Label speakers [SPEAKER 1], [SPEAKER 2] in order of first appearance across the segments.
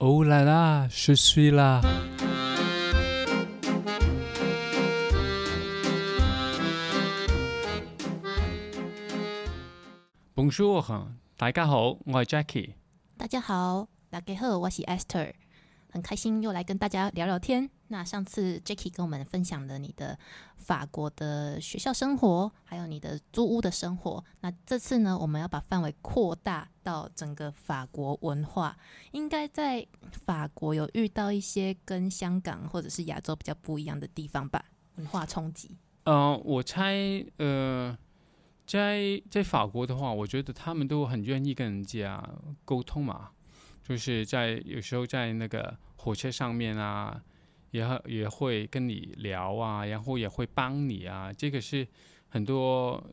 [SPEAKER 1] Oh là là, je suis là. Bonjour，大家好，我系 Jackie。
[SPEAKER 2] 大家好，大家好，我是 Esther，很开心又来跟大家聊聊天。那上次 Jackie 跟我们分享了你的法国的学校生活，还有你的租屋的生活。那这次呢，我们要把范围扩大到整个法国文化。应该在法国有遇到一些跟香港或者是亚洲比较不一样的地方吧？文化冲击。
[SPEAKER 1] 呃，我猜，呃，在在法国的话，我觉得他们都很愿意跟人家沟通嘛，就是在有时候在那个火车上面啊，也会也会跟你聊啊，然后也会帮你啊，这个是很多呃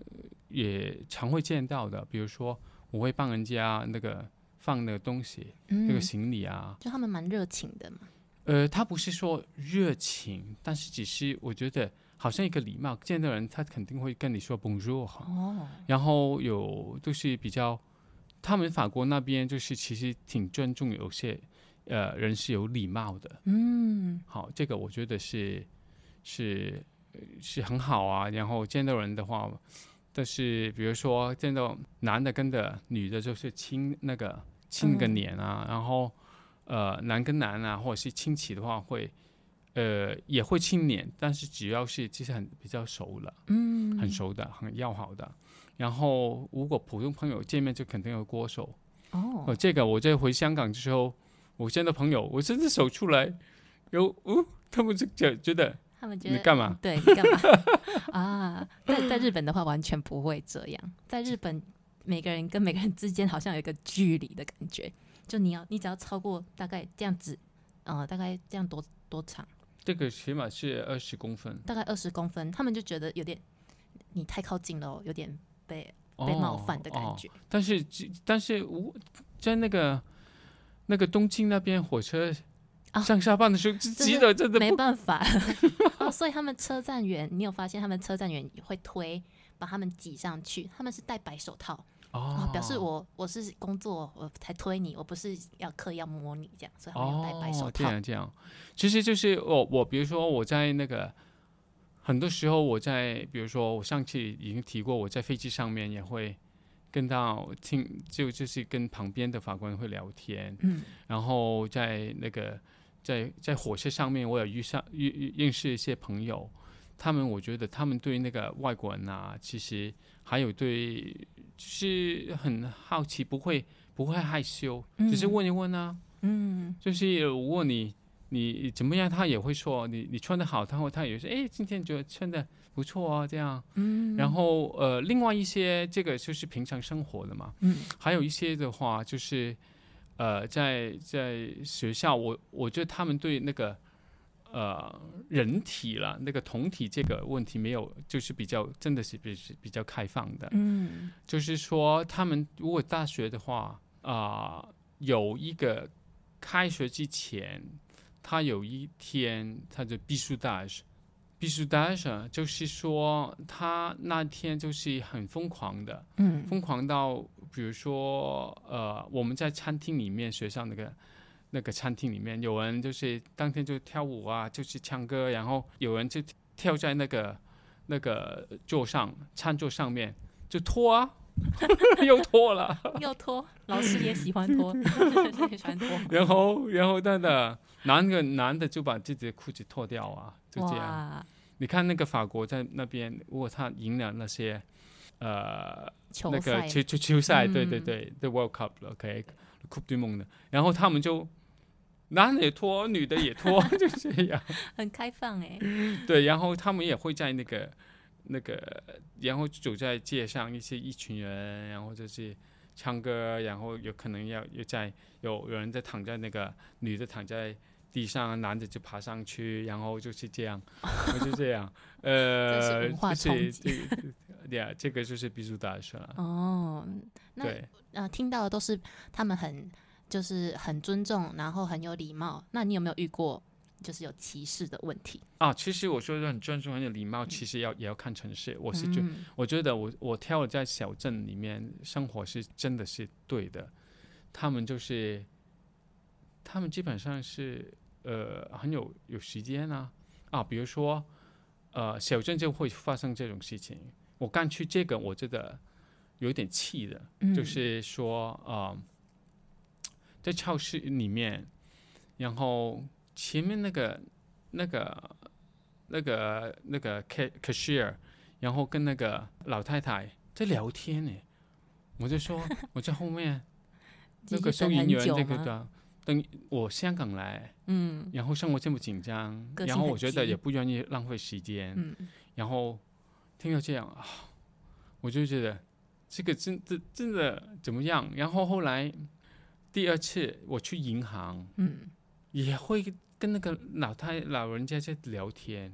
[SPEAKER 1] 也常会见到的。比如说，我会帮人家那个放那个东西，那
[SPEAKER 2] 嗯
[SPEAKER 1] 个，行李啊，
[SPEAKER 2] 就他们蛮热情的嘛。
[SPEAKER 1] 呃，他不是说热情，但是只是我觉得好像一个礼貌，见到人他肯定会跟你说 bonjour 哈。
[SPEAKER 2] 哦，
[SPEAKER 1] 然后有就是比较，他们法国那边就是其实挺尊重有些呃人是有礼貌的，
[SPEAKER 2] 嗯，
[SPEAKER 1] 好，这个我觉得是是呃是很好啊。然后见到人的话，但是比如说见到男的跟着女的，就是亲那个亲个
[SPEAKER 2] 嗯
[SPEAKER 1] 脸啊，然后呃男跟男啊，或者是亲戚的话会。呃，也会亲脸，但是只要是其实很比较熟了，
[SPEAKER 2] 嗯，
[SPEAKER 1] 很熟的，很要好的。然后如果普通朋友见面就肯定有握手。
[SPEAKER 2] 哦
[SPEAKER 1] 哦，，这个我在回香港的时候，我见到朋友，我伸只手出来，然后哦，他们就觉觉得
[SPEAKER 2] 他们觉
[SPEAKER 1] 你
[SPEAKER 2] 得嗯
[SPEAKER 1] 干嘛？
[SPEAKER 2] 对，你干嘛 啊？在在日本的话，完全不会这样。在日本，每个人跟每个人之间好像有一个距离的感觉，就你要你只要超过大概这样子，呃，大概这样多多长？
[SPEAKER 1] 这个起码是二十公分，
[SPEAKER 2] 大概二十公分，他们就觉得有点你太靠近了哦，有点被
[SPEAKER 1] 哦
[SPEAKER 2] 被冒犯的感。
[SPEAKER 1] 哦
[SPEAKER 2] 觉。
[SPEAKER 1] 但是只但是我在那个那个东京那边火车
[SPEAKER 2] 啊
[SPEAKER 1] 上下班的时候，就
[SPEAKER 2] 这
[SPEAKER 1] 急
[SPEAKER 2] 是
[SPEAKER 1] 的真的
[SPEAKER 2] 没
[SPEAKER 1] 不
[SPEAKER 2] 办法 哦，所以他们车站员，你有发现他们车站员会推把他们挤上去，他们是戴白手套。哦，
[SPEAKER 1] 哦
[SPEAKER 2] 表示我我是工作我才推你，我不是要刻意要摸你这样，所以他们要戴白手
[SPEAKER 1] 哦、这
[SPEAKER 2] 套。
[SPEAKER 1] 样这样，其实就是我我比如说我在那个很多时候我在比如说我上次已经提过，我在飞机上面也会跟到听就就是跟旁边的法官会聊天，
[SPEAKER 2] 嗯，
[SPEAKER 1] 然后在那个在在火车上面我有遇上遇遇认识一些朋友。他们我觉得他们对那个外国人啊，其实还有对就是很好奇，不会不会害羞，只是
[SPEAKER 2] 嗯
[SPEAKER 1] 问一问啊，
[SPEAKER 2] 嗯，
[SPEAKER 1] 就是如果你你怎么样，他也会说你你穿的好，他会他也会说，哎，今天觉得穿的不错啊，这样。嗯。然后呃，另外一些这个就是平常生活的嘛，
[SPEAKER 2] 嗯，
[SPEAKER 1] 还有一些的话就是呃，在在学校，我我觉得他们对那个。呃，人体啦，那个同体这个问题没有，就是比较真的是比比较开放的，
[SPEAKER 2] 嗯
[SPEAKER 1] 就是说，他们如果大学的话，啊、有一个开学之前，他有一天他就必须大学，必须大学，就是说他那天就是很疯狂的，
[SPEAKER 2] 嗯
[SPEAKER 1] 疯狂到，比如说，呃，我们在餐厅里面，学校那个那个餐厅里面，有人就是当天就跳舞啊，就是唱歌，然后有人就跳在那个那个桌上餐桌上面就脱啊， 又脱了，
[SPEAKER 2] 要脱，老师也喜欢 脱，也喜欢脱。
[SPEAKER 1] 然后然后那个男的男的就把自己的裤子脱掉啊， 就这样。
[SPEAKER 2] 哇，
[SPEAKER 1] 你看那个法国在那边，如果他赢了那些，呃，
[SPEAKER 2] 球
[SPEAKER 1] 那个
[SPEAKER 2] 赛，
[SPEAKER 1] 球球球赛，对对
[SPEAKER 2] 嗯
[SPEAKER 1] 对，The World Cup 了，OK，Coupe、du Monde，然后他们就男的也脱，女的也脱，就这样。
[SPEAKER 2] 很开放哎、
[SPEAKER 1] 对，然后他们也会在那个那个，然后走在街上，一些一群人，然后就是唱歌，然后有可能要有在有有人在躺在那个女的躺在地上，男的就爬上去，然后就是这样，就这样。
[SPEAKER 2] 是
[SPEAKER 1] 呃，
[SPEAKER 2] 文化
[SPEAKER 1] 就
[SPEAKER 2] 冲
[SPEAKER 1] 是
[SPEAKER 2] 击
[SPEAKER 1] 这个，呀，这个就是必须大学了。
[SPEAKER 2] 哦，那
[SPEAKER 1] 对。
[SPEAKER 2] 呃，听到的都是他们很就是很尊重，然后很有礼貌。那你有没有遇过就是有歧视的问题？
[SPEAKER 1] 啊，其实我说的很尊重、很有礼貌，其实要也要看城市。我是觉，
[SPEAKER 2] 嗯
[SPEAKER 1] 我觉得我我挑了在小镇里面生活是真的是对的，他们就是他们基本上是呃很有有时间啊啊，比如说呃小镇就会发生这种事情。我刚去这个，我觉得有点气的，
[SPEAKER 2] 嗯
[SPEAKER 1] 就是说啊、呃在超市里面，然后前面那个那个那个那个 ca- cashier，然后跟那个老太太在聊天呢，我就说 我在后面
[SPEAKER 2] 继
[SPEAKER 1] 那
[SPEAKER 2] 续
[SPEAKER 1] 个收
[SPEAKER 2] 等
[SPEAKER 1] 银
[SPEAKER 2] 很
[SPEAKER 1] 员
[SPEAKER 2] 久
[SPEAKER 1] 这个
[SPEAKER 2] 吗
[SPEAKER 1] 的，等我香港来，
[SPEAKER 2] 嗯
[SPEAKER 1] 然后生活这么紧张，
[SPEAKER 2] 个
[SPEAKER 1] 然
[SPEAKER 2] 性
[SPEAKER 1] 后我
[SPEAKER 2] 很
[SPEAKER 1] 觉得
[SPEAKER 2] 急
[SPEAKER 1] 也不愿意浪费时间，
[SPEAKER 2] 嗯，
[SPEAKER 1] 然后听到这样啊，我就觉得这个真真真的怎么样？然后后来第二次我去银行，
[SPEAKER 2] 嗯，
[SPEAKER 1] 也会跟那个老太老人家在聊 天，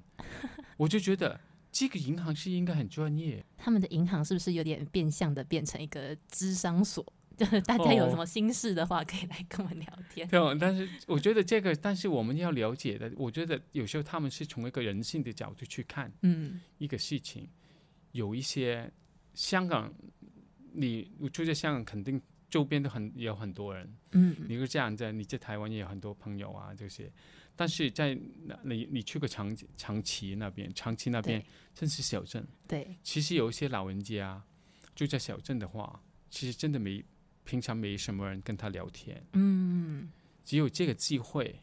[SPEAKER 1] 我就觉得这个银行是应该很专业，
[SPEAKER 2] 他们的银行是不是有点变相的变成一个智商所？ 就是大家有什
[SPEAKER 1] 哦
[SPEAKER 2] 么心事的话，可以来跟我聊天。
[SPEAKER 1] 对、哦，但是我觉得这个，但是我们要了解的，我觉得有时候他们是从一个人性的角度去看
[SPEAKER 2] 嗯
[SPEAKER 1] 一个事情，有一些香港，你我住在香港，肯定周边都很有很多人，
[SPEAKER 2] 嗯
[SPEAKER 1] 你就这样在你在台湾也有很多朋友啊这些，但是在那你你去过长长崎那边，长崎那边
[SPEAKER 2] 对
[SPEAKER 1] 真是小镇，
[SPEAKER 2] 对，
[SPEAKER 1] 其实有一些老人家住在小镇的话，其实真的没平常没什么人跟他聊天。
[SPEAKER 2] 嗯
[SPEAKER 1] 只有这个机会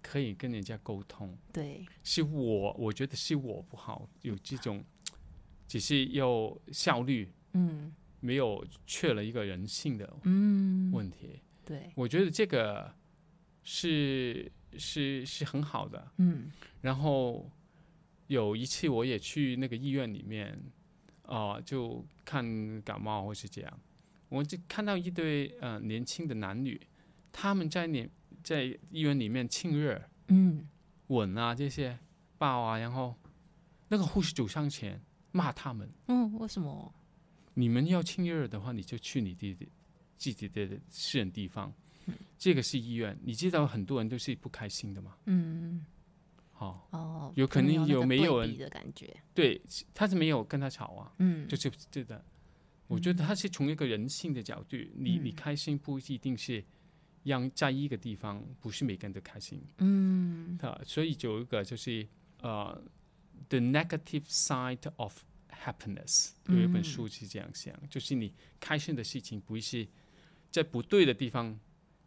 [SPEAKER 1] 可以跟人家沟通。
[SPEAKER 2] 对，
[SPEAKER 1] 是我，我觉得是我不好，有这种，只是要效率，
[SPEAKER 2] 嗯
[SPEAKER 1] 没有缺了一个人性的
[SPEAKER 2] 嗯，
[SPEAKER 1] 问题。
[SPEAKER 2] 对，
[SPEAKER 1] 我觉得这个是是是很好的。
[SPEAKER 2] 嗯
[SPEAKER 1] 然后有一次我也去那个医院里面，啊、就看感冒或是这样，我就看到一对呃年轻的男女，他们在里在医院里面亲热、
[SPEAKER 2] 嗯，
[SPEAKER 1] 吻啊这些抱啊，然后那个护士走上前骂他们
[SPEAKER 2] 嗯，为什么？：“
[SPEAKER 1] 你们要亲热的话，你就去你弟弟自己的私人地方，
[SPEAKER 2] 嗯
[SPEAKER 1] 这个是医院。你知道很多人都是不开心的嘛，
[SPEAKER 2] 嗯，
[SPEAKER 1] 好、
[SPEAKER 2] 哦，
[SPEAKER 1] 有
[SPEAKER 2] 就
[SPEAKER 1] 可能
[SPEAKER 2] 有那
[SPEAKER 1] 有
[SPEAKER 2] 个
[SPEAKER 1] 没
[SPEAKER 2] 对
[SPEAKER 1] 有
[SPEAKER 2] 比
[SPEAKER 1] 人
[SPEAKER 2] 的感觉？
[SPEAKER 1] 对，他是没有跟他吵啊。”
[SPEAKER 2] 嗯，
[SPEAKER 1] 就是对的。我觉得他是从一个人性的角度，你
[SPEAKER 2] 嗯
[SPEAKER 1] 你开心不一定是让在一个地方，不是每个人都开心。
[SPEAKER 2] 嗯
[SPEAKER 1] 啊，所以就有一个就是呃，the negative side of happiness 有一本
[SPEAKER 2] 嗯
[SPEAKER 1] 书是这样想，就是你开心的事情不是在不对的地方，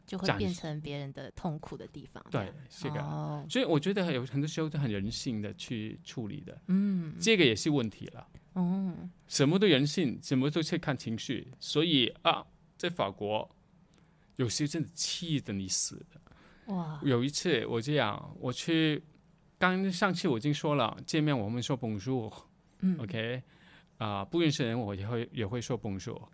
[SPEAKER 2] 就会
[SPEAKER 1] 暂
[SPEAKER 2] 变
[SPEAKER 1] 时
[SPEAKER 2] 成别人的痛苦的地方。这
[SPEAKER 1] 对
[SPEAKER 2] 样，
[SPEAKER 1] 是的。
[SPEAKER 2] 哦，
[SPEAKER 1] 所以我觉得有很多时候都很人性的去处理的，
[SPEAKER 2] 嗯
[SPEAKER 1] 这个也是问题了。
[SPEAKER 2] 嗯，
[SPEAKER 1] 什么都人性，什么都去看情绪，所以啊，在法国，有时候真的气得你死的。
[SPEAKER 2] 哇，
[SPEAKER 1] 有一次我这样，我去，刚上次我已经说了，见面我们说 bonjour，OK，、
[SPEAKER 2] 嗯
[SPEAKER 1] OK？啊、不认识人我也会也会说 bonjour。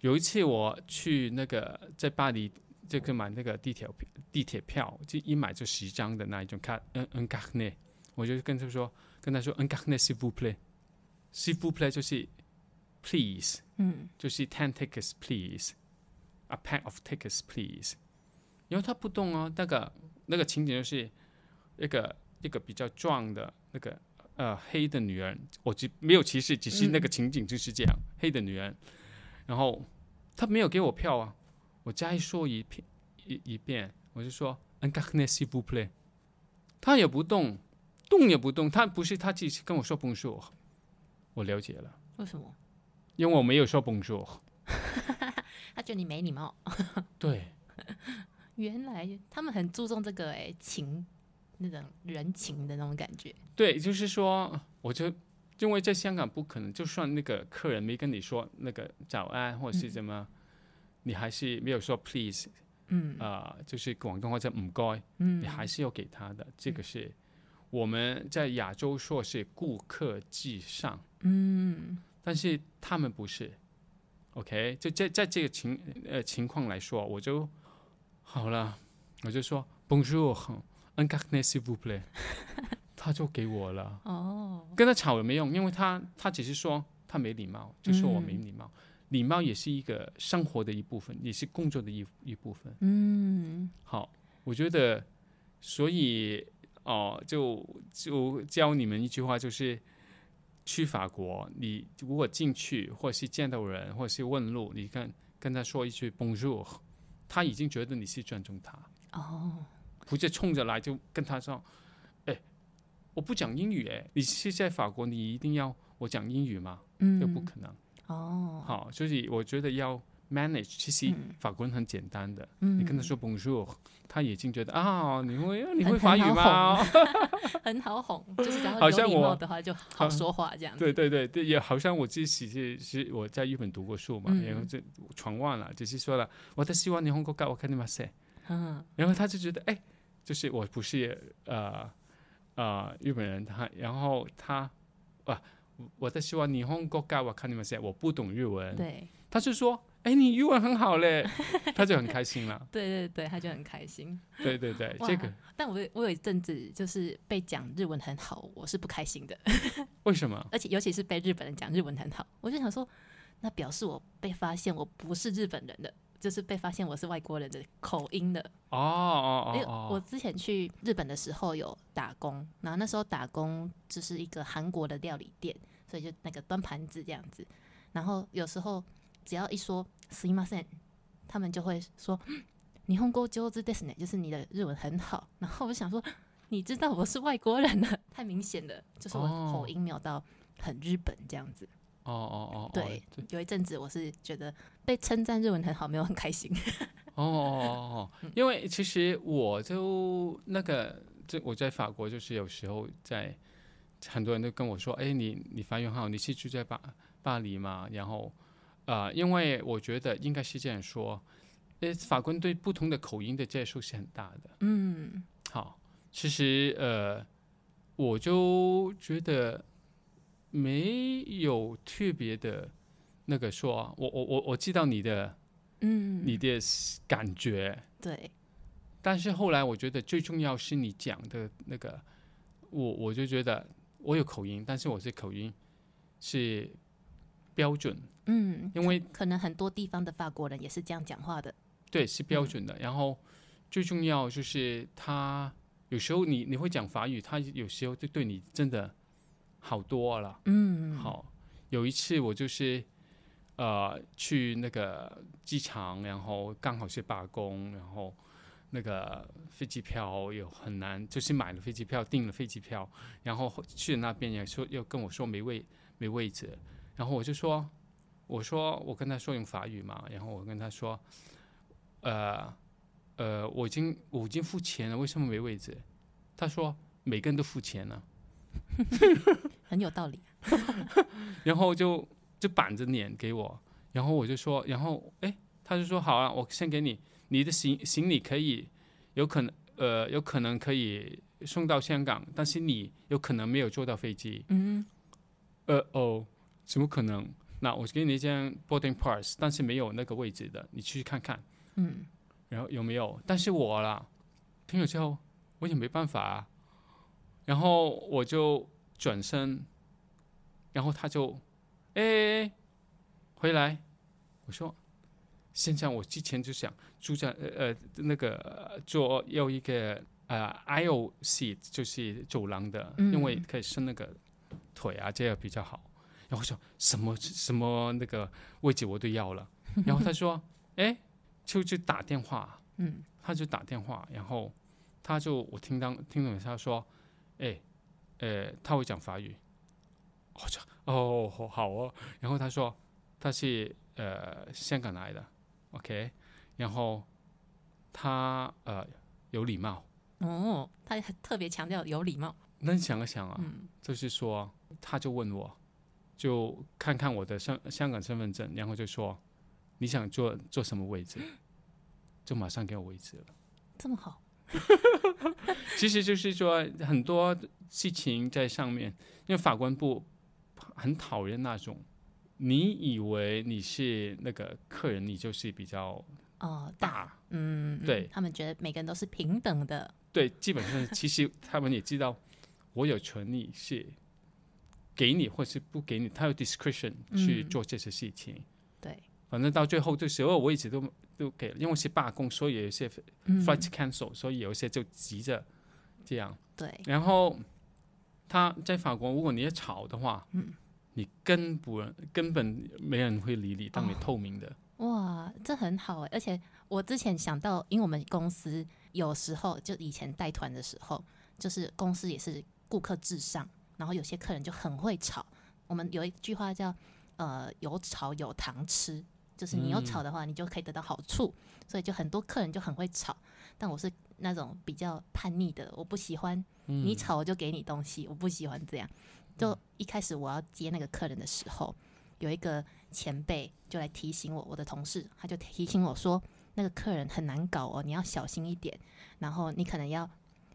[SPEAKER 1] 有一次我去那个在巴黎，这个买那个地铁票地铁票，就一买就十张的那一种卡，嗯嗯卡内，我就跟他说跟他说嗯卡内 s'il vous plaît，s'il vous plaît 就是 please，
[SPEAKER 2] 嗯
[SPEAKER 1] 就是 ten tickets please，a pack of tickets please。然后他不动哦，那个那个情景就是一个一个比较壮的那个呃黑的女人，我只没有歧视，只是那个情景就是这样，黑的女人。然后他没有给我票啊，我再说一遍一一遍，我就说 n g a n e s i v u play，他也不动，动也不动，他不是他自己跟我说不是我，我了解了，
[SPEAKER 2] 为什么？
[SPEAKER 1] 因为我没有说不是我。
[SPEAKER 2] 他觉得你没礼貌。
[SPEAKER 1] 对，
[SPEAKER 2] 原来他们很注重这个哎、情，那种人情的那种感觉。
[SPEAKER 1] 对，就是说，我就因为在香港不可能，就算那个客人没跟你说那个早安或者是怎么，你还是没有说 please，
[SPEAKER 2] 嗯
[SPEAKER 1] 啊、就是广东话叫唔该，
[SPEAKER 2] 嗯，
[SPEAKER 1] 你还是要给他的。这个是我们在亚洲说是顾客至上，
[SPEAKER 2] 嗯
[SPEAKER 1] 但是他们不是。OK，就在在这个情呃情况来说，我就好了，我就说 Bonjour，un g a r n e s s'il vous plaît，他就给我了。
[SPEAKER 2] 哦
[SPEAKER 1] 跟他吵也没用，因为他他只是说他没礼貌，就说我没
[SPEAKER 2] 嗯
[SPEAKER 1] 礼貌。礼貌也是一个生活的一部分，也是工作的一一部分。
[SPEAKER 2] 嗯
[SPEAKER 1] 好，我觉得，所以哦、就就教你们一句话，就是去法国，你如果进去或是见到人，或是问路，你看跟他说一句 Bonjour，他已经觉得你是尊重他，
[SPEAKER 2] 哦，
[SPEAKER 1] 不是冲着来就跟他说，哎，我不讲英语哎，你是在法国，你一定要我讲英语吗？
[SPEAKER 2] 嗯，
[SPEAKER 1] 这不可能。
[SPEAKER 2] 哦，
[SPEAKER 1] 好，所以我觉得要 manage，其实
[SPEAKER 2] 嗯
[SPEAKER 1] 法国人很简单的，
[SPEAKER 2] 嗯，
[SPEAKER 1] 你跟他说 Bonjour，他已经觉得啊，你会你
[SPEAKER 2] 很
[SPEAKER 1] 会法
[SPEAKER 2] 很
[SPEAKER 1] 语
[SPEAKER 2] 好
[SPEAKER 1] 吗？
[SPEAKER 2] 很好哄，就是只要
[SPEAKER 1] 好
[SPEAKER 2] 有
[SPEAKER 1] 像
[SPEAKER 2] 礼
[SPEAKER 1] 我
[SPEAKER 2] 貌的话就好说话这样子。
[SPEAKER 1] 对对对对，也好像我自己是是我在日本读过书嘛，
[SPEAKER 2] 嗯
[SPEAKER 1] 然后这传忘了，只是说了我的希望你红国高我看你嘛塞，
[SPEAKER 2] 嗯
[SPEAKER 1] 然后他就觉得哎，就是我不是呃呃日本人，他然后他啊，我的希望你红国高我看你嘛塞，我不懂日文，
[SPEAKER 2] 对
[SPEAKER 1] 他就说哎你日文很好嘞，他就很开心了，
[SPEAKER 2] 对对对，他就很开心。
[SPEAKER 1] 对对对，
[SPEAKER 2] 哇
[SPEAKER 1] 这个
[SPEAKER 2] 但我有我有一阵子就是被讲日文很好，我是不开心的，
[SPEAKER 1] 为什么？
[SPEAKER 2] 而且尤其是被日本人讲日文很好，我就想说，那表示我被发现我不是日本人的，就是被发现我是外国人的口音的。
[SPEAKER 1] 哦哦哦
[SPEAKER 2] 因为
[SPEAKER 1] 哦，
[SPEAKER 2] 哎我之前去日本的时候有打工，然后那时候打工就是一个韩国的料理店，所以就那个端盘子这样子。然后有时候只要一说 s i m a s e n 他们就会说你红沟鸠之 d e s n 就是你的日文很好。然后我就想说，你知道我是外国人了，太明显了，就是我
[SPEAKER 1] 哦
[SPEAKER 2] 口音没有到很日本这样子。
[SPEAKER 1] 哦哦哦，哦
[SPEAKER 2] 对
[SPEAKER 1] 对，
[SPEAKER 2] 有一阵子我是觉得被称赞日文很好，没有很开心。
[SPEAKER 1] 哦哦哦哦，因为其实我就那个，这我在法国就是有时候在，很多人都跟我说，哎，你你法语很好，你是住在巴巴黎嘛？然后，呃，因为我觉得应该是这样说，呃，法官对不同的口音的接受是很大的。
[SPEAKER 2] 嗯
[SPEAKER 1] 好，其实呃，我就觉得没有特别的那个说啊，我我我我知道你的
[SPEAKER 2] 嗯，
[SPEAKER 1] 你的感觉。
[SPEAKER 2] 对，
[SPEAKER 1] 但是后来我觉得最重要是你讲的那个，我我就觉得我有口音，但是我是口音是标准，
[SPEAKER 2] 嗯，
[SPEAKER 1] 因为
[SPEAKER 2] 可能很多地方的法国人也是这样讲话的。
[SPEAKER 1] 对是标准的。然后最重要就是他有时候你你会讲法语，他有时候就对你真的好多了。
[SPEAKER 2] 嗯，，
[SPEAKER 1] 好，有一次我就是呃去那个机场，然后刚好是罢工，然后那个飞机票有很难，就是买了飞机票，订了飞机票，然后去了那边也说又跟我说没位没位置，然后我就说我说我跟他说用法语嘛，然后我跟他说呃呃我已经我已经付钱了，为什么没位置？他说每个人都付钱了。
[SPEAKER 2] 很有道理。
[SPEAKER 1] 然后就就板着脸给我，然后我就说，然后哎，他就说好啊，我先给你，你的行行李可以，有可能呃有可能可以送到香港，但是你有可能没有坐到飞机，
[SPEAKER 2] 嗯，
[SPEAKER 1] 呃哦，怎么可能？那我给你一张 boarding pass，但是没有那个位置的，你去看看，
[SPEAKER 2] 嗯，
[SPEAKER 1] 然后有没有？但是我啦，听了之后我也没办法、啊，然后我就转身，然后他就，哎、回来，我说，现在我之前就想住在呃呃那个呃做要一个呃 aisle seat，就是走廊的，
[SPEAKER 2] 嗯
[SPEAKER 1] 因为可以伸那个腿啊，这样比较好。然后我说什么什么那个位置我都要了，然后他说，哎，就就打电话，
[SPEAKER 2] 嗯，
[SPEAKER 1] 他就打电话，然后他就我听到听懂他说，哎，呃，他会讲法语，我说哦好好哦，然后他说他是呃香港来的，OK，然后他呃有礼貌，
[SPEAKER 2] 哦，他还特别强调有礼貌。
[SPEAKER 1] 那你想了想啊，
[SPEAKER 2] 嗯
[SPEAKER 1] 就是说他就问我，就看看我的香香港身份证，然后就说你想坐坐什么位置，就马上给我位置了。
[SPEAKER 2] 这么好。
[SPEAKER 1] 其实就是说很多事情在上面，因为法官不很讨厌那种，你以为你是那个客人，你就是比较
[SPEAKER 2] 哦，大，
[SPEAKER 1] 大，
[SPEAKER 2] 嗯，嗯
[SPEAKER 1] 对
[SPEAKER 2] 他们觉得每个人都是平等的，
[SPEAKER 1] 对，基本上其 实他们也知道我有权利是给你或是不给你，他有 discretion 去
[SPEAKER 2] 嗯
[SPEAKER 1] 做这些事情。
[SPEAKER 2] 对，
[SPEAKER 1] 反正到最后的时候，我一直都都给了，因为是罢工，所以有一些 flight
[SPEAKER 2] 嗯，
[SPEAKER 1] cancel，、所以有一些就急着这样。
[SPEAKER 2] 对，
[SPEAKER 1] 然后他在法国，如果你一
[SPEAKER 2] 嗯
[SPEAKER 1] 吵的话，你根本根本没人会理你，当你
[SPEAKER 2] 哦
[SPEAKER 1] 透明的，
[SPEAKER 2] 哇，这很好哎！而且我之前想到，因为我们公司有时候就以前带团的时候，就是公司也是顾客至上，然后有些客人就很会吵。我们有一句话叫“呃，有吵有糖吃”，就是你有吵的话，你就可以得到好处。所以就很多客人就很会吵，但我是那种比较叛逆的，我不喜欢你
[SPEAKER 1] 嗯，
[SPEAKER 2] 吵我就给你东西，我不喜欢这样。就一开始我要接那个客人的时候，有一个前辈就来提醒我，我的同事他就提醒我说，那个客人很难搞哦，你要小心一点，然后你可能要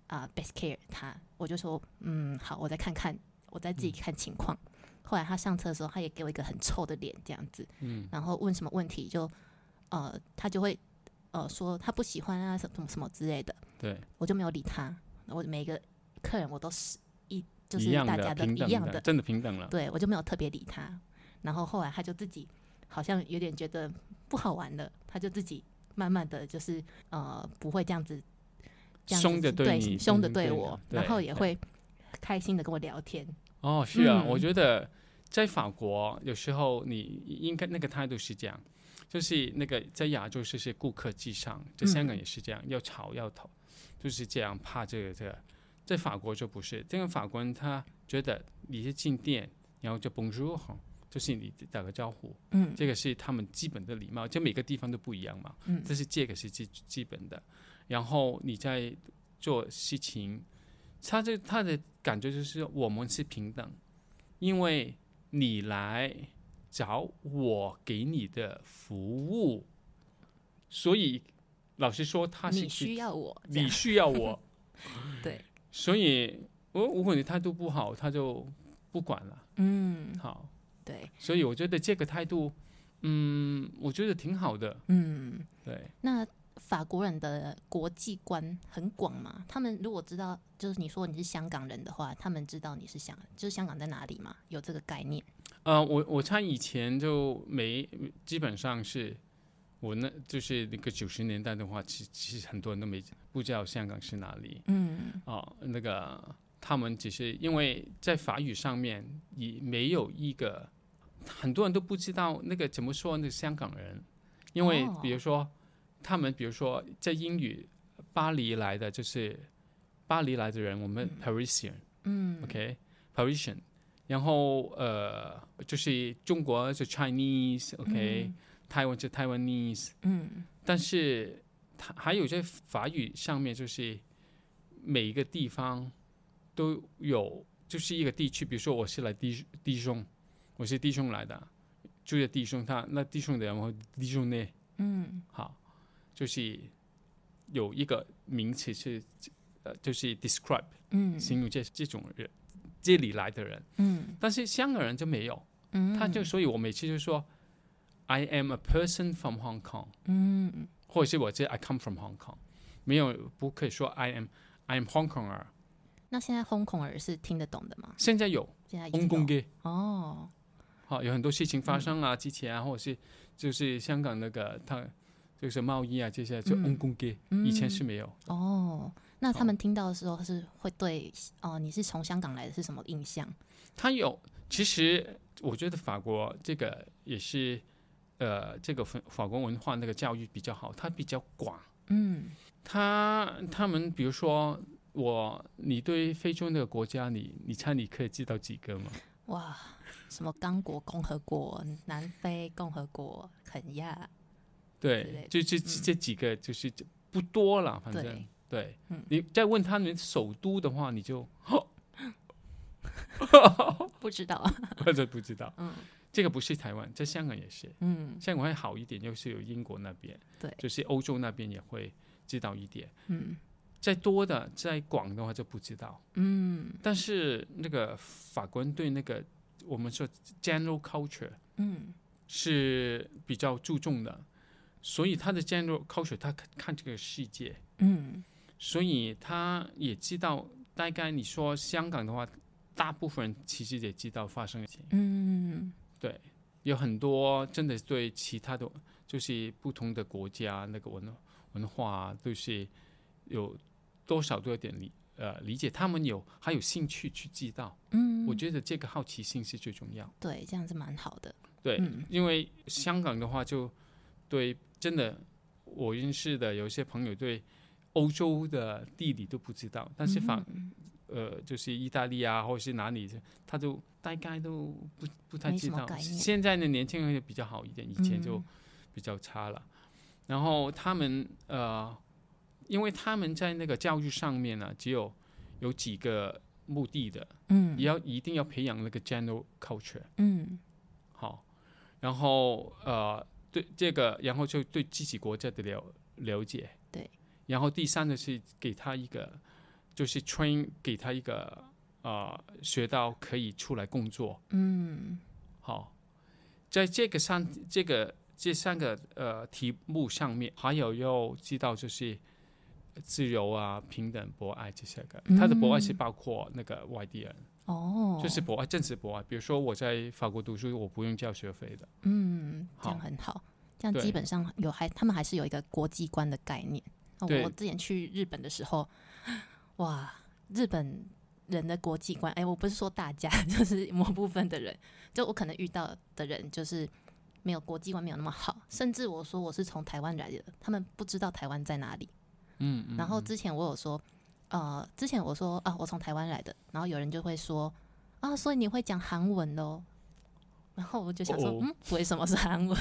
[SPEAKER 2] 啊、best care 他。我就说，嗯，好，我再看看，我再自己看情况。后来他上车的时候，他也给我一个很臭的脸这样子，嗯，然后问什么问题就呃，他就会呃说他不喜欢啊什么什么什么之类的。
[SPEAKER 1] 对，
[SPEAKER 2] 我就没有理他。我每个客人我都是一就
[SPEAKER 1] 一
[SPEAKER 2] 是
[SPEAKER 1] 样
[SPEAKER 2] 大家
[SPEAKER 1] 的，
[SPEAKER 2] 的
[SPEAKER 1] 平
[SPEAKER 2] 一
[SPEAKER 1] 等
[SPEAKER 2] 样
[SPEAKER 1] 真的平等了。
[SPEAKER 2] 对我就没有特别理他。然后后来他就自己好像有点觉得不好玩了，他就自己慢慢的就是呃不会这样子，这样子
[SPEAKER 1] 凶的
[SPEAKER 2] 对
[SPEAKER 1] 你，嗯
[SPEAKER 2] 凶的
[SPEAKER 1] 对
[SPEAKER 2] 我，
[SPEAKER 1] 对
[SPEAKER 2] 然后也
[SPEAKER 1] 对
[SPEAKER 2] 会开心的跟我聊天。
[SPEAKER 1] 哦，是啊，
[SPEAKER 2] 嗯
[SPEAKER 1] 我觉得在法国有时候你应该那个态度是这样，就是那个在亚洲就是顾客至上，在香
[SPEAKER 2] 嗯
[SPEAKER 1] 港也是这样，要吵要讨，就是这样怕这个这个。在法国就不是，这个法国人他觉得你是进店，然后就 Bonjour，就是你打个招呼，
[SPEAKER 2] 嗯
[SPEAKER 1] 这个是他们基本的礼貌，就每个地方都不一样嘛。
[SPEAKER 2] 嗯
[SPEAKER 1] 这是这个是基基本的。然后你在做事情，他这他的感觉就是我们是平等，因为你来找我给你的服务，所以老实说，他啊是
[SPEAKER 2] 你
[SPEAKER 1] 去
[SPEAKER 2] 需要我，这
[SPEAKER 1] 你
[SPEAKER 2] 样，
[SPEAKER 1] 需要我
[SPEAKER 2] 对，
[SPEAKER 1] 所以我如果你态度不好，他就不管了。
[SPEAKER 2] 嗯
[SPEAKER 1] 好，
[SPEAKER 2] 对
[SPEAKER 1] 所以我觉得这个态度，嗯，我觉得挺好的。
[SPEAKER 2] 嗯。
[SPEAKER 1] 对，
[SPEAKER 2] 那法国人的国际观很广嘛？他们如果知道，就是你说你是香港人的话，他们知道你是香，就是香港在哪里嘛？有这个概念。
[SPEAKER 1] 呃，我我猜以前就没，基本上是我那就是那个九十年代的话，其其实很多人都没不知道香港是哪里。
[SPEAKER 2] 嗯
[SPEAKER 1] 哦，那个他们只是因为在法语上面也没有一个，很多人都不知道那个怎么说那个香港人，因为
[SPEAKER 2] 哦
[SPEAKER 1] 比如说、他们比如说在英语巴黎来的就是巴黎来的人，我们 Parisian，
[SPEAKER 2] 嗯
[SPEAKER 1] OK，Parisian，、然后呃就是中国是 Chinese，OK，、台湾是 Taiwanese，
[SPEAKER 2] 嗯
[SPEAKER 1] 但是它还有在法语上面，就是每一个地方都有，就是一个地区，比如说我是来地地中，我是地中来的，住在地中，他那地中的人会地中呢，
[SPEAKER 2] 嗯
[SPEAKER 1] 好，就是有一个名词是，呃，就是 describe
[SPEAKER 2] 嗯
[SPEAKER 1] 形容这这种人，这里来的人，
[SPEAKER 2] 嗯
[SPEAKER 1] 但是香港人就没有，
[SPEAKER 2] 嗯，
[SPEAKER 1] 他就所以我每次就说，I am a person from Hong Kong。
[SPEAKER 2] 嗯
[SPEAKER 1] 或者是我这 I come from Hong Kong，没有不可以说 I am I am Hong Konger。
[SPEAKER 2] 那现在烘孔耳是听得懂的吗？
[SPEAKER 1] 现在有
[SPEAKER 2] 现在已经
[SPEAKER 1] Hong Kong
[SPEAKER 2] 有
[SPEAKER 1] g
[SPEAKER 2] 哦，嗯
[SPEAKER 1] 好，有很多事情发生啊，之前啊，或者是就是香港那个它就是贸易啊这些，
[SPEAKER 2] 嗯
[SPEAKER 1] 就 Hong Kong g 以前是没有。
[SPEAKER 2] 哦。那他们听到的时候是会对哦、你是从香港来的是什么印象？
[SPEAKER 1] 它有，其实我觉得法国这个也是，呃，这个法法国文化那个教育比较好，它比较广。
[SPEAKER 2] 嗯
[SPEAKER 1] 他他们比如说我，你对非洲那个国家，你你猜你可以知道几个吗？
[SPEAKER 2] 哇，什么刚果共和国、南非共和国、肯亚，之
[SPEAKER 1] 对
[SPEAKER 2] 类，嗯
[SPEAKER 1] 就这这这几个就是这不多了，反正
[SPEAKER 2] 对，
[SPEAKER 1] 对
[SPEAKER 2] 嗯，
[SPEAKER 1] 你再问他们首都的话，你就
[SPEAKER 2] 不知道。
[SPEAKER 1] 或者不知道。
[SPEAKER 2] 嗯
[SPEAKER 1] 这个不是台湾，在香港也是，
[SPEAKER 2] 嗯
[SPEAKER 1] 香港会好一点，又是有英国那边，
[SPEAKER 2] 对
[SPEAKER 1] 就是欧洲那边也会知道一点。
[SPEAKER 2] 嗯
[SPEAKER 1] 再多的再广的话就不知道。
[SPEAKER 2] 嗯
[SPEAKER 1] 但是那个法国人对那个我们说 general culture
[SPEAKER 2] 嗯
[SPEAKER 1] 是比较注重的，所以他的 general culture 他看看这个世界。
[SPEAKER 2] 嗯
[SPEAKER 1] 所以他也知道，大概你说香港的话，大部分人其实也知道发生的事情，
[SPEAKER 2] 嗯
[SPEAKER 1] 有很多真的对其他的就是不同的国家那个文文化啊都是有多少都有点理呃理解，他们有还有兴趣去知道，
[SPEAKER 2] 嗯，
[SPEAKER 1] 我觉得这个好奇心是最重要。
[SPEAKER 2] 对，这样是蛮好的。
[SPEAKER 1] 对，
[SPEAKER 2] 嗯
[SPEAKER 1] 因为香港的话就对，真的我认识的有一些朋友对欧洲的地理都不知道，但是法、
[SPEAKER 2] 嗯
[SPEAKER 1] 呃就是意大利啊或者是哪里，他都大概都不不太
[SPEAKER 2] 没
[SPEAKER 1] 知
[SPEAKER 2] 什么
[SPEAKER 1] 道。
[SPEAKER 2] 概念
[SPEAKER 1] 现在的年轻人也比较好一点，以前就
[SPEAKER 2] 嗯
[SPEAKER 1] 比较差了。然后他们呃，因为他们在那个教育上面呢、只有有几个目的的，
[SPEAKER 2] 嗯
[SPEAKER 1] 也要一定要培养那个 general culture
[SPEAKER 2] 嗯
[SPEAKER 1] 好，然后呃对这个，然后就对自己国家的了了解，
[SPEAKER 2] 对，
[SPEAKER 1] 然后第三呢是给他一个就是 train 给他一个呃学到可以出来工作，
[SPEAKER 2] 嗯
[SPEAKER 1] 好，在这个三这个这三个呃题目上面，还有要知道就是自由啊、平等、博爱这些个。他的博爱是
[SPEAKER 2] 嗯
[SPEAKER 1] 包括那个外地人，
[SPEAKER 2] 哦，
[SPEAKER 1] 就是博爱，正式博爱。比如说我在法国读书，我不用交学费的。
[SPEAKER 2] 嗯，这
[SPEAKER 1] 好
[SPEAKER 2] 样很好，这样
[SPEAKER 1] 对
[SPEAKER 2] 基本上有还他们还是有一个国际观的概念。那
[SPEAKER 1] 对
[SPEAKER 2] 我之前去日本的时候， 哇，日本人的国际观，哎，我不是说大家， 就是某部分的人，就我可能遇到的人就是没有国际观没有那么好，甚至我说我是从台湾来的，他们不知道台湾在哪里。
[SPEAKER 1] 嗯，嗯
[SPEAKER 2] 然后
[SPEAKER 1] 嗯
[SPEAKER 2] 之前我有说，呃，之前我说啊，我从台湾来的，然后有人就会说啊，所以你会讲韩文喽？然后我就想说，
[SPEAKER 1] 哦
[SPEAKER 2] 嗯，为什么是韩文？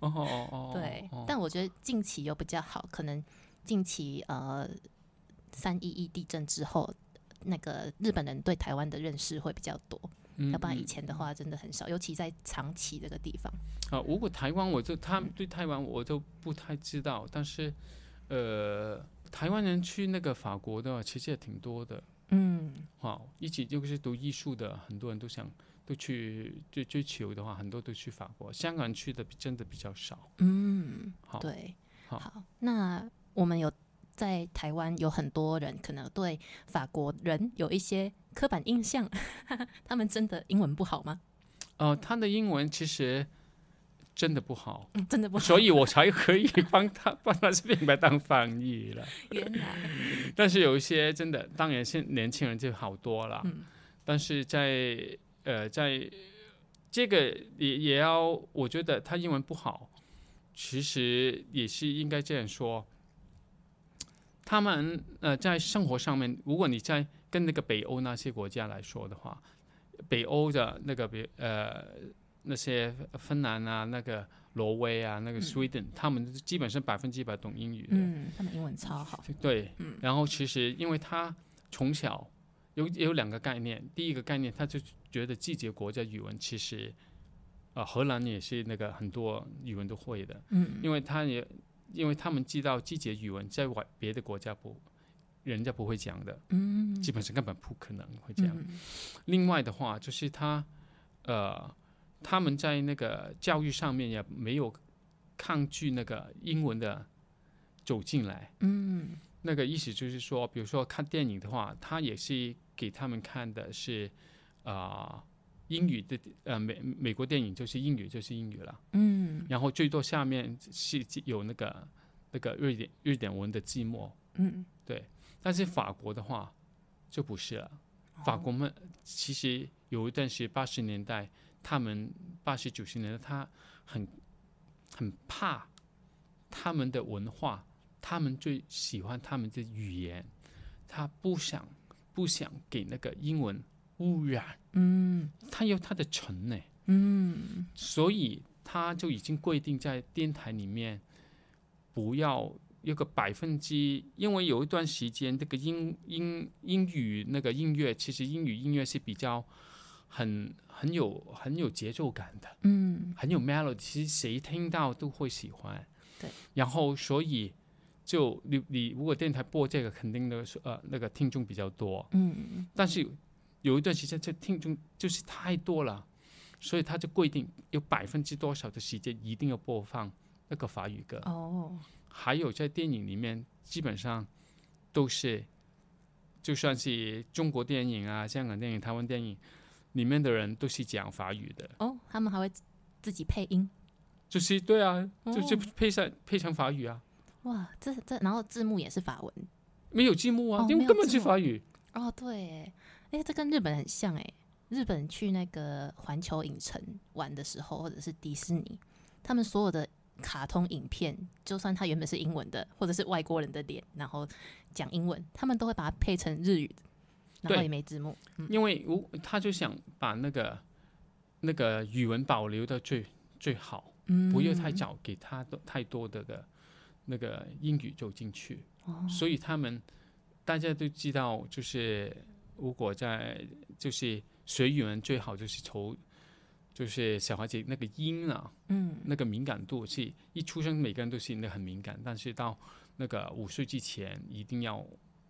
[SPEAKER 1] 哦哦哦，
[SPEAKER 2] 对，
[SPEAKER 1] 哦
[SPEAKER 2] 但我觉得近期又比较好，可能近期呃三一一地震之后，那个日本人对台湾的认识会比较多，
[SPEAKER 1] 嗯
[SPEAKER 2] 要不然以
[SPEAKER 1] 嗯
[SPEAKER 2] 前的话真的很少，尤其在长崎这个地方。
[SPEAKER 1] 啊，如果台湾，我就他们对台湾我都不太知道，但是呃，台湾人去那个法国的其实也挺多的。
[SPEAKER 2] 嗯
[SPEAKER 1] 哇，一起就是读艺术的，很多人都想都去追追求的话，很多都去法国，香港人去的真的比较少。
[SPEAKER 2] 嗯，
[SPEAKER 1] 好，
[SPEAKER 2] 对，
[SPEAKER 1] 好
[SPEAKER 2] 那我们有在台湾有很多人可能对法国人有一些刻板印象， 他们真的英文不好吗？
[SPEAKER 1] 呃，他的英文其实真的不好，
[SPEAKER 2] 嗯， 真的不好。
[SPEAKER 1] 所以我才可以帮他帮他这品牌当翻译了。
[SPEAKER 2] 原 来，
[SPEAKER 1] 但是有一些真的，当然现年轻人就好多了，
[SPEAKER 2] 嗯
[SPEAKER 1] 但是在呃在这个也也要，我觉得他英文不好，其实也是应该这样说。他们呃在生活上面，如果你在跟那个北欧那些国家来说的话，北欧的那个比呃那些芬兰啊、那个挪威啊、那个 Sweden，、他们基本上百分之百懂英语的。
[SPEAKER 2] 嗯，他们英文超好。
[SPEAKER 1] 对，
[SPEAKER 2] 嗯
[SPEAKER 1] 然后其实因为他从小有有两个概念，第一个概念他就觉得自己的国家语文其实，呃，荷兰也是那个很多语文都会的，
[SPEAKER 2] 嗯
[SPEAKER 1] 因为他也因为他们知道自己的语文在外别的国家不人家不会讲的，
[SPEAKER 2] 嗯
[SPEAKER 1] 基本上根本不可能会这样。
[SPEAKER 2] 嗯
[SPEAKER 1] 另外的话就是他，呃，他们在那个教育上面也没有抗拒那个英文的走进来。
[SPEAKER 2] 嗯
[SPEAKER 1] 那个意思就是说，比如说看电影的话，他也是给他们看的是，啊、英语的呃美美国电影就是英语就是英语了，
[SPEAKER 2] 嗯
[SPEAKER 1] 然后最多下面是有那个那个瑞典瑞典文的字幕，
[SPEAKER 2] 嗯，
[SPEAKER 1] 但是法国的话就不是了。
[SPEAKER 2] 哦
[SPEAKER 1] 法国们其实有一段时八十年代，他们八十九十年代，他很很怕他们的文化，他们最喜欢他们的语言，他不想不想给那个英文污染，
[SPEAKER 2] 嗯
[SPEAKER 1] 他有他的城呢，
[SPEAKER 2] 嗯
[SPEAKER 1] 所以他就已经规定在电台里面不要有个百分之，因为有一段时间那个英英英语那个音乐，其实英语音乐是比较很很有很有节奏感的，
[SPEAKER 2] 嗯
[SPEAKER 1] 很有 melody，其实谁听到都会喜欢。
[SPEAKER 2] 对，
[SPEAKER 1] 然后所以就你你如果电台播这个，肯定的是呃那个听众比较多。
[SPEAKER 2] 嗯
[SPEAKER 1] 但是有一段时间，这听众就是太多了，所以他就规定有百分之多少的时间一定要播放那个法语歌。
[SPEAKER 2] 哦，
[SPEAKER 1] 还有在电影里面，基本上都是，就算是中国电影啊、香港电影、台湾电影里面的人都是讲法语的，
[SPEAKER 2] 哦，他们还会自己配音，
[SPEAKER 1] 就是对啊，就就
[SPEAKER 2] 哦
[SPEAKER 1] 配上配上法语啊，
[SPEAKER 2] 哇，这这，然后字幕也是法文
[SPEAKER 1] 没有字幕啊
[SPEAKER 2] 哦，
[SPEAKER 1] 因
[SPEAKER 2] 没
[SPEAKER 1] 为
[SPEAKER 2] 有
[SPEAKER 1] 根本
[SPEAKER 2] 字
[SPEAKER 1] 是
[SPEAKER 2] 幕
[SPEAKER 1] 法语。
[SPEAKER 2] 哦，对耶，哎，这跟日本很像哎，日本去那个环球影城玩的时候，或者是迪士尼，他们所有的卡通影片，就算它原本是英文的，或者是外国人的脸，然后讲英文，他们都会把它配成日语，然后
[SPEAKER 1] 对
[SPEAKER 2] 也没字幕。
[SPEAKER 1] 因为我他就想把那个那个语文保留的最最好，
[SPEAKER 2] 嗯，
[SPEAKER 1] 不要太早给他的太多的的那个英语走进去，
[SPEAKER 2] 哦
[SPEAKER 1] 所以他们大家都知道，就是如果在就是学语文最好就是从就是小孩子那个音啊，
[SPEAKER 2] 嗯
[SPEAKER 1] 那个敏感度是一出生每个人都是那很敏感，但是到那个五岁之前一定要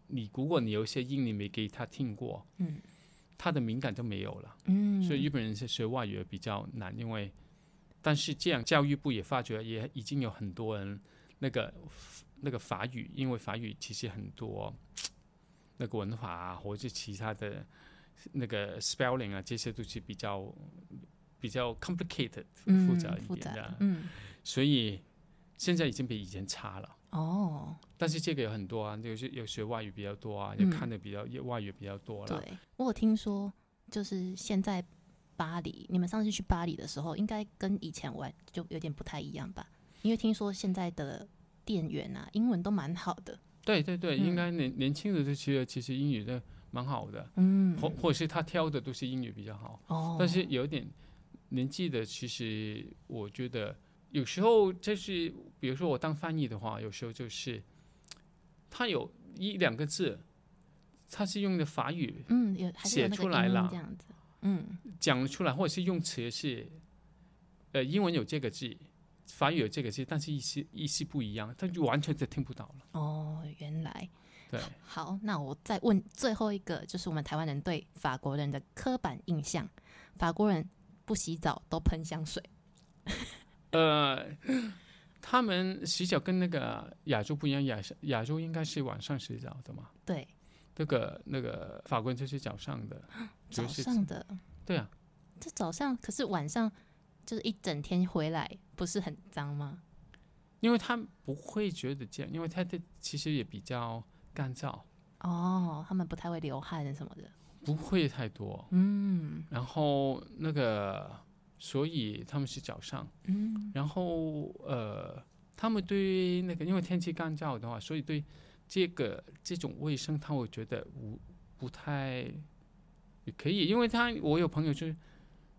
[SPEAKER 1] 你如果你有一些音你没给他听过，
[SPEAKER 2] 嗯，
[SPEAKER 1] 他的敏感就没有了。
[SPEAKER 2] 嗯，
[SPEAKER 1] 所以日本人是学外语比较难，因为但是这样教育部也发觉，也已经有很多人那个那个法语，因为法语其实很多那个文法啊，或者是其他的那个 spelling 啊，这些都是比较比较 complicated
[SPEAKER 2] 嗯
[SPEAKER 1] 复杂一
[SPEAKER 2] 复
[SPEAKER 1] 点
[SPEAKER 2] 杂
[SPEAKER 1] 的，
[SPEAKER 2] 嗯
[SPEAKER 1] 所以现在已经比以前差了。
[SPEAKER 2] 哦，
[SPEAKER 1] 但是这个有很多啊，有些有学外语比较多啊，也
[SPEAKER 2] 嗯
[SPEAKER 1] 看的比较也外语比较多了。
[SPEAKER 2] 对，我有听说，就是现在巴黎，你们上次去巴黎的时候，应该跟以前玩就有点不太一样吧？因为听说现在的店员啊，英文都蛮好的，
[SPEAKER 1] 对对对，应
[SPEAKER 2] 嗯
[SPEAKER 1] 该年年轻的这些其实英语都蛮好的，
[SPEAKER 2] 嗯，
[SPEAKER 1] 或或者是他挑的都是英语比较好，
[SPEAKER 2] 哦，
[SPEAKER 1] 但是有一点年纪的，其实我觉得有时候就是，比如说我当翻译的话，有时候就是他有一两个字，他是用的法语
[SPEAKER 2] 嗯，也还是
[SPEAKER 1] 写
[SPEAKER 2] 有那个
[SPEAKER 1] 出来
[SPEAKER 2] 音
[SPEAKER 1] 啦
[SPEAKER 2] 这样子，嗯
[SPEAKER 1] 讲出来，或者是用词是，呃，英文有这个字，法语有这个字，但是意思意思不一样，他就完全就听不到了。
[SPEAKER 2] 哦，原来
[SPEAKER 1] 对，
[SPEAKER 2] 好，那我再问最后一个，就是我们台湾人对法国人的刻板印象，法国人不洗澡都喷香水，
[SPEAKER 1] 呃，他们洗脚跟那个亚洲不一样，亚亚洲应该是晚上洗澡的嘛。
[SPEAKER 2] 对，
[SPEAKER 1] 那个那个法国人就是早上的，
[SPEAKER 2] 早
[SPEAKER 1] 就是
[SPEAKER 2] 上的
[SPEAKER 1] 对啊，
[SPEAKER 2] 这早上可是晚上就是一整天回来，不是很脏吗？
[SPEAKER 1] 因为他不会觉得这样，因为他的其实也比较干燥，
[SPEAKER 2] 哦，他们不太会流汗什么的。
[SPEAKER 1] 不会太多。
[SPEAKER 2] 嗯
[SPEAKER 1] 然后那个，所以他们是早上，
[SPEAKER 2] 嗯
[SPEAKER 1] 然后呃，他们对那个因为天气干燥的话，所以对这个这种卫生他会觉得不不太也可以，因为他我有朋友就是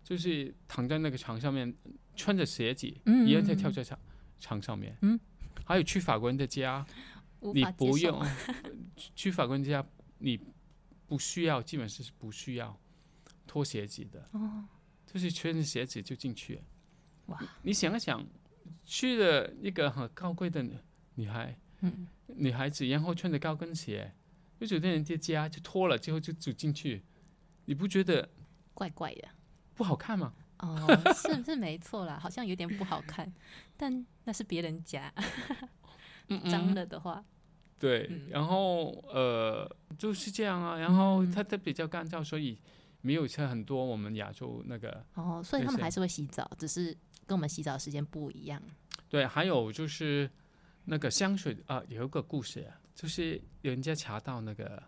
[SPEAKER 1] 就是躺在那个床上面，穿着鞋子，
[SPEAKER 2] 嗯
[SPEAKER 1] 一样在跳在床床上面，
[SPEAKER 2] 嗯，
[SPEAKER 1] 还有去法国人的家，
[SPEAKER 2] 无
[SPEAKER 1] 你
[SPEAKER 2] 法接
[SPEAKER 1] 不
[SPEAKER 2] 受
[SPEAKER 1] 用去法国人家，你不需要，基本上是不需要脱鞋子的，
[SPEAKER 2] 哦，
[SPEAKER 1] 就是穿着鞋子就进去了。
[SPEAKER 2] 哇，
[SPEAKER 1] 你想一想，去了一个很高贵的女女孩，
[SPEAKER 2] 嗯，
[SPEAKER 1] 女孩子，然后穿着高跟鞋，就走到人家家就脱了，之后就走进去，你不觉得
[SPEAKER 2] 怪怪的
[SPEAKER 1] 不好看吗？
[SPEAKER 2] 哦，是是没错啦，好像有点不好看，但那是别人家， 脏了的话，
[SPEAKER 1] 对，
[SPEAKER 2] 嗯
[SPEAKER 1] 然后呃就是这样啊，然后
[SPEAKER 2] 嗯
[SPEAKER 1] 它它比较干燥，所以没有像很多我们亚洲那个
[SPEAKER 2] 哦，所以他们
[SPEAKER 1] 谢谢
[SPEAKER 2] 还是会洗澡，只是跟我们洗澡的时间不一样。
[SPEAKER 1] 对，还有就是那个香水啊、有一个故事啊，就是人家查到那个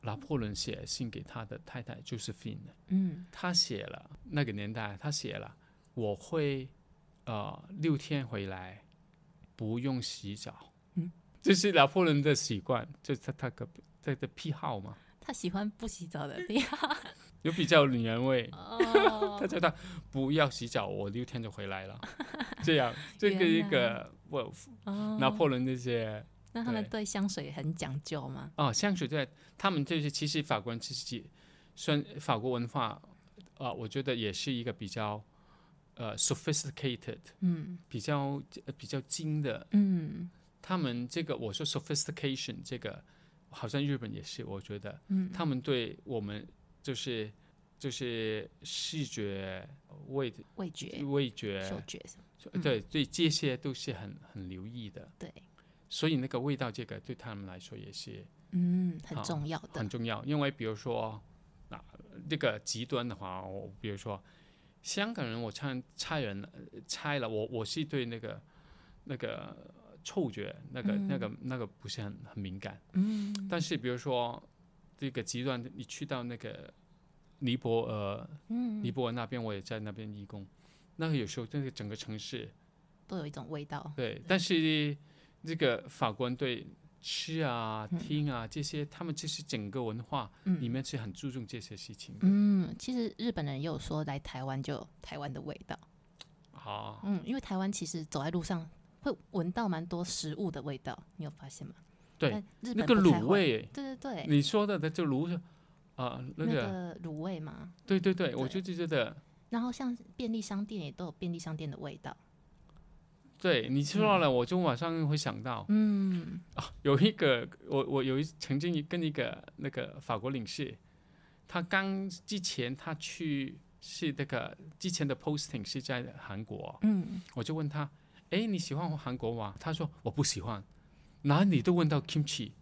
[SPEAKER 1] 拿破仑写信给他的太太 Josephine。
[SPEAKER 2] 嗯，
[SPEAKER 1] 他写了那个年代，他写了我会呃六天回来不用洗澡，
[SPEAKER 2] 嗯，
[SPEAKER 1] 这是拿破仑的习惯，就是他他个他的癖好嘛，
[SPEAKER 2] 他喜欢不洗澡的地方。。
[SPEAKER 1] 有比较女人味
[SPEAKER 2] 哦
[SPEAKER 1] 他，叫他不要洗澡，我六天就回来 了。这样，这个一
[SPEAKER 2] 原来
[SPEAKER 1] 个我
[SPEAKER 2] 哦
[SPEAKER 1] 拿破仑那些
[SPEAKER 2] 那他们
[SPEAKER 1] 对
[SPEAKER 2] 对香水很讲究吗？
[SPEAKER 1] 啊、香水对他们就是其实法国人其实也算法国文化啊、我觉得也是一个比较呃 sophisticated
[SPEAKER 2] 嗯
[SPEAKER 1] 比较呃比较精的，
[SPEAKER 2] 嗯
[SPEAKER 1] 他们这个我说 sophistication 这个，好像日本也是，我觉得
[SPEAKER 2] 嗯，
[SPEAKER 1] 他们对我们就是就是视觉、味
[SPEAKER 2] 味觉、
[SPEAKER 1] 味
[SPEAKER 2] 嗅
[SPEAKER 1] 觉，
[SPEAKER 2] 觉什么？嗯
[SPEAKER 1] 对对这些都是很很留意的，
[SPEAKER 2] 对，
[SPEAKER 1] 所以那个味道这个对他们来说也是
[SPEAKER 2] 嗯，很
[SPEAKER 1] 好
[SPEAKER 2] 重要的
[SPEAKER 1] 很。重要，因为比如说啊这个极端的话，我比如说香港人，我猜猜人呃猜了，我我是对那个那个嗅觉那个、那个那个不是很很敏感，
[SPEAKER 2] 嗯
[SPEAKER 1] 但是比如说这个极端的，你去到那个尼泊呃尔、
[SPEAKER 2] 嗯
[SPEAKER 1] 尼泊尔那边，我也在那边义工，那个有时候那个整个城市
[SPEAKER 2] 都有一种味道。
[SPEAKER 1] 对，但是这个法国人对吃啊、
[SPEAKER 2] 嗯
[SPEAKER 1] 听啊这些，他们这是整个文化
[SPEAKER 2] 嗯
[SPEAKER 1] 里面是很注重这些事情的。
[SPEAKER 2] 嗯，其实日本人也有说来台湾就有台湾的味道。
[SPEAKER 1] 啊，
[SPEAKER 2] 嗯，因为台湾其实走在路上会闻到蛮多食物的味道，你有发现吗？
[SPEAKER 1] 对
[SPEAKER 2] 但日
[SPEAKER 1] 那
[SPEAKER 2] 本
[SPEAKER 1] 个
[SPEAKER 2] 不太
[SPEAKER 1] 卤
[SPEAKER 2] 会，
[SPEAKER 1] 味，
[SPEAKER 2] 对对对，
[SPEAKER 1] 你说的的就卤啊、那
[SPEAKER 2] 那
[SPEAKER 1] 个、
[SPEAKER 2] 个卤味嘛。
[SPEAKER 1] 对对对，我
[SPEAKER 2] 对
[SPEAKER 1] 就觉得，
[SPEAKER 2] 然后像便利商店也都有便利商店的味道。
[SPEAKER 1] 对你说了，我就马上会想到、 啊
[SPEAKER 2] 嗯，
[SPEAKER 1] 有一个，我我有一曾经跟一个那个法国领事，他刚之前他去是那个之前的 posting 是在韩国，
[SPEAKER 2] 嗯，
[SPEAKER 1] 我就问他，哎，你喜欢韩国吗？他说我不喜欢，哪里都问到 kimchi，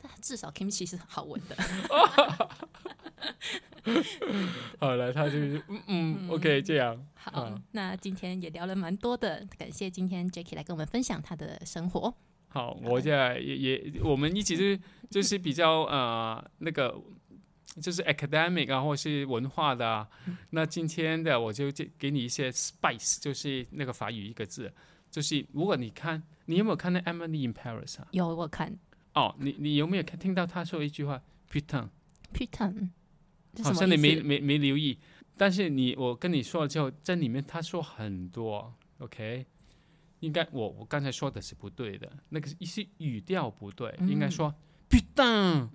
[SPEAKER 2] 但至少 kimchi 是好闻 的。
[SPEAKER 1] 好了，他就是嗯嗯 OK 这样，
[SPEAKER 2] 好，
[SPEAKER 1] 嗯
[SPEAKER 2] 那今天也聊了蛮多的，感谢今天 Jackie 来跟我们分享他的生活。
[SPEAKER 1] 好，我现在也也，我们一起就是就是比较呃那个，就是 academic 啊，或是文化的、啊。那今天的我就给给你一些 spice，就是那个法语一个字，就是如果你看，你有没有看那 Emily in Paris 啊？
[SPEAKER 2] 有我看
[SPEAKER 1] 哦，你你有没有看听到他说一句话 “putain”？
[SPEAKER 2] p u t a n
[SPEAKER 1] 好像你没没没留意，但是你我跟你说了之后，在里面他说很多，OK，应该我我刚才说的是不对的，那个是一些语调不对，应该
[SPEAKER 2] 嗯
[SPEAKER 1] 说 “putain”。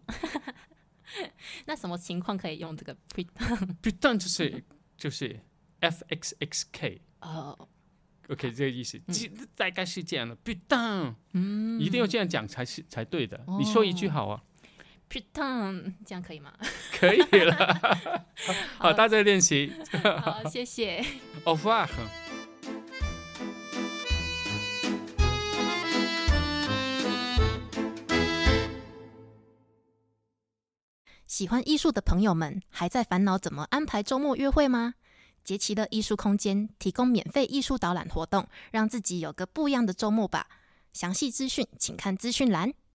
[SPEAKER 2] 那什么情况可以用这个 p u t a n
[SPEAKER 1] 不但就是就是 F X X K。
[SPEAKER 2] 哦，
[SPEAKER 1] OK，这个意思，这大概是这样的。不但，嗯，一定要这样讲才是才对的。你说一句好啊，
[SPEAKER 2] p u t a n 这样可以吗？
[SPEAKER 1] 可以了。 好，大家练习。
[SPEAKER 2] 好，谢谢。
[SPEAKER 1] Au revoir。
[SPEAKER 2] 喜欢艺术的朋友们，还在烦恼怎么安排周末约会吗？杰奇的艺术空间提供免费艺术导览活动，让自己有个不一样的周末吧。详细资讯请看资讯栏。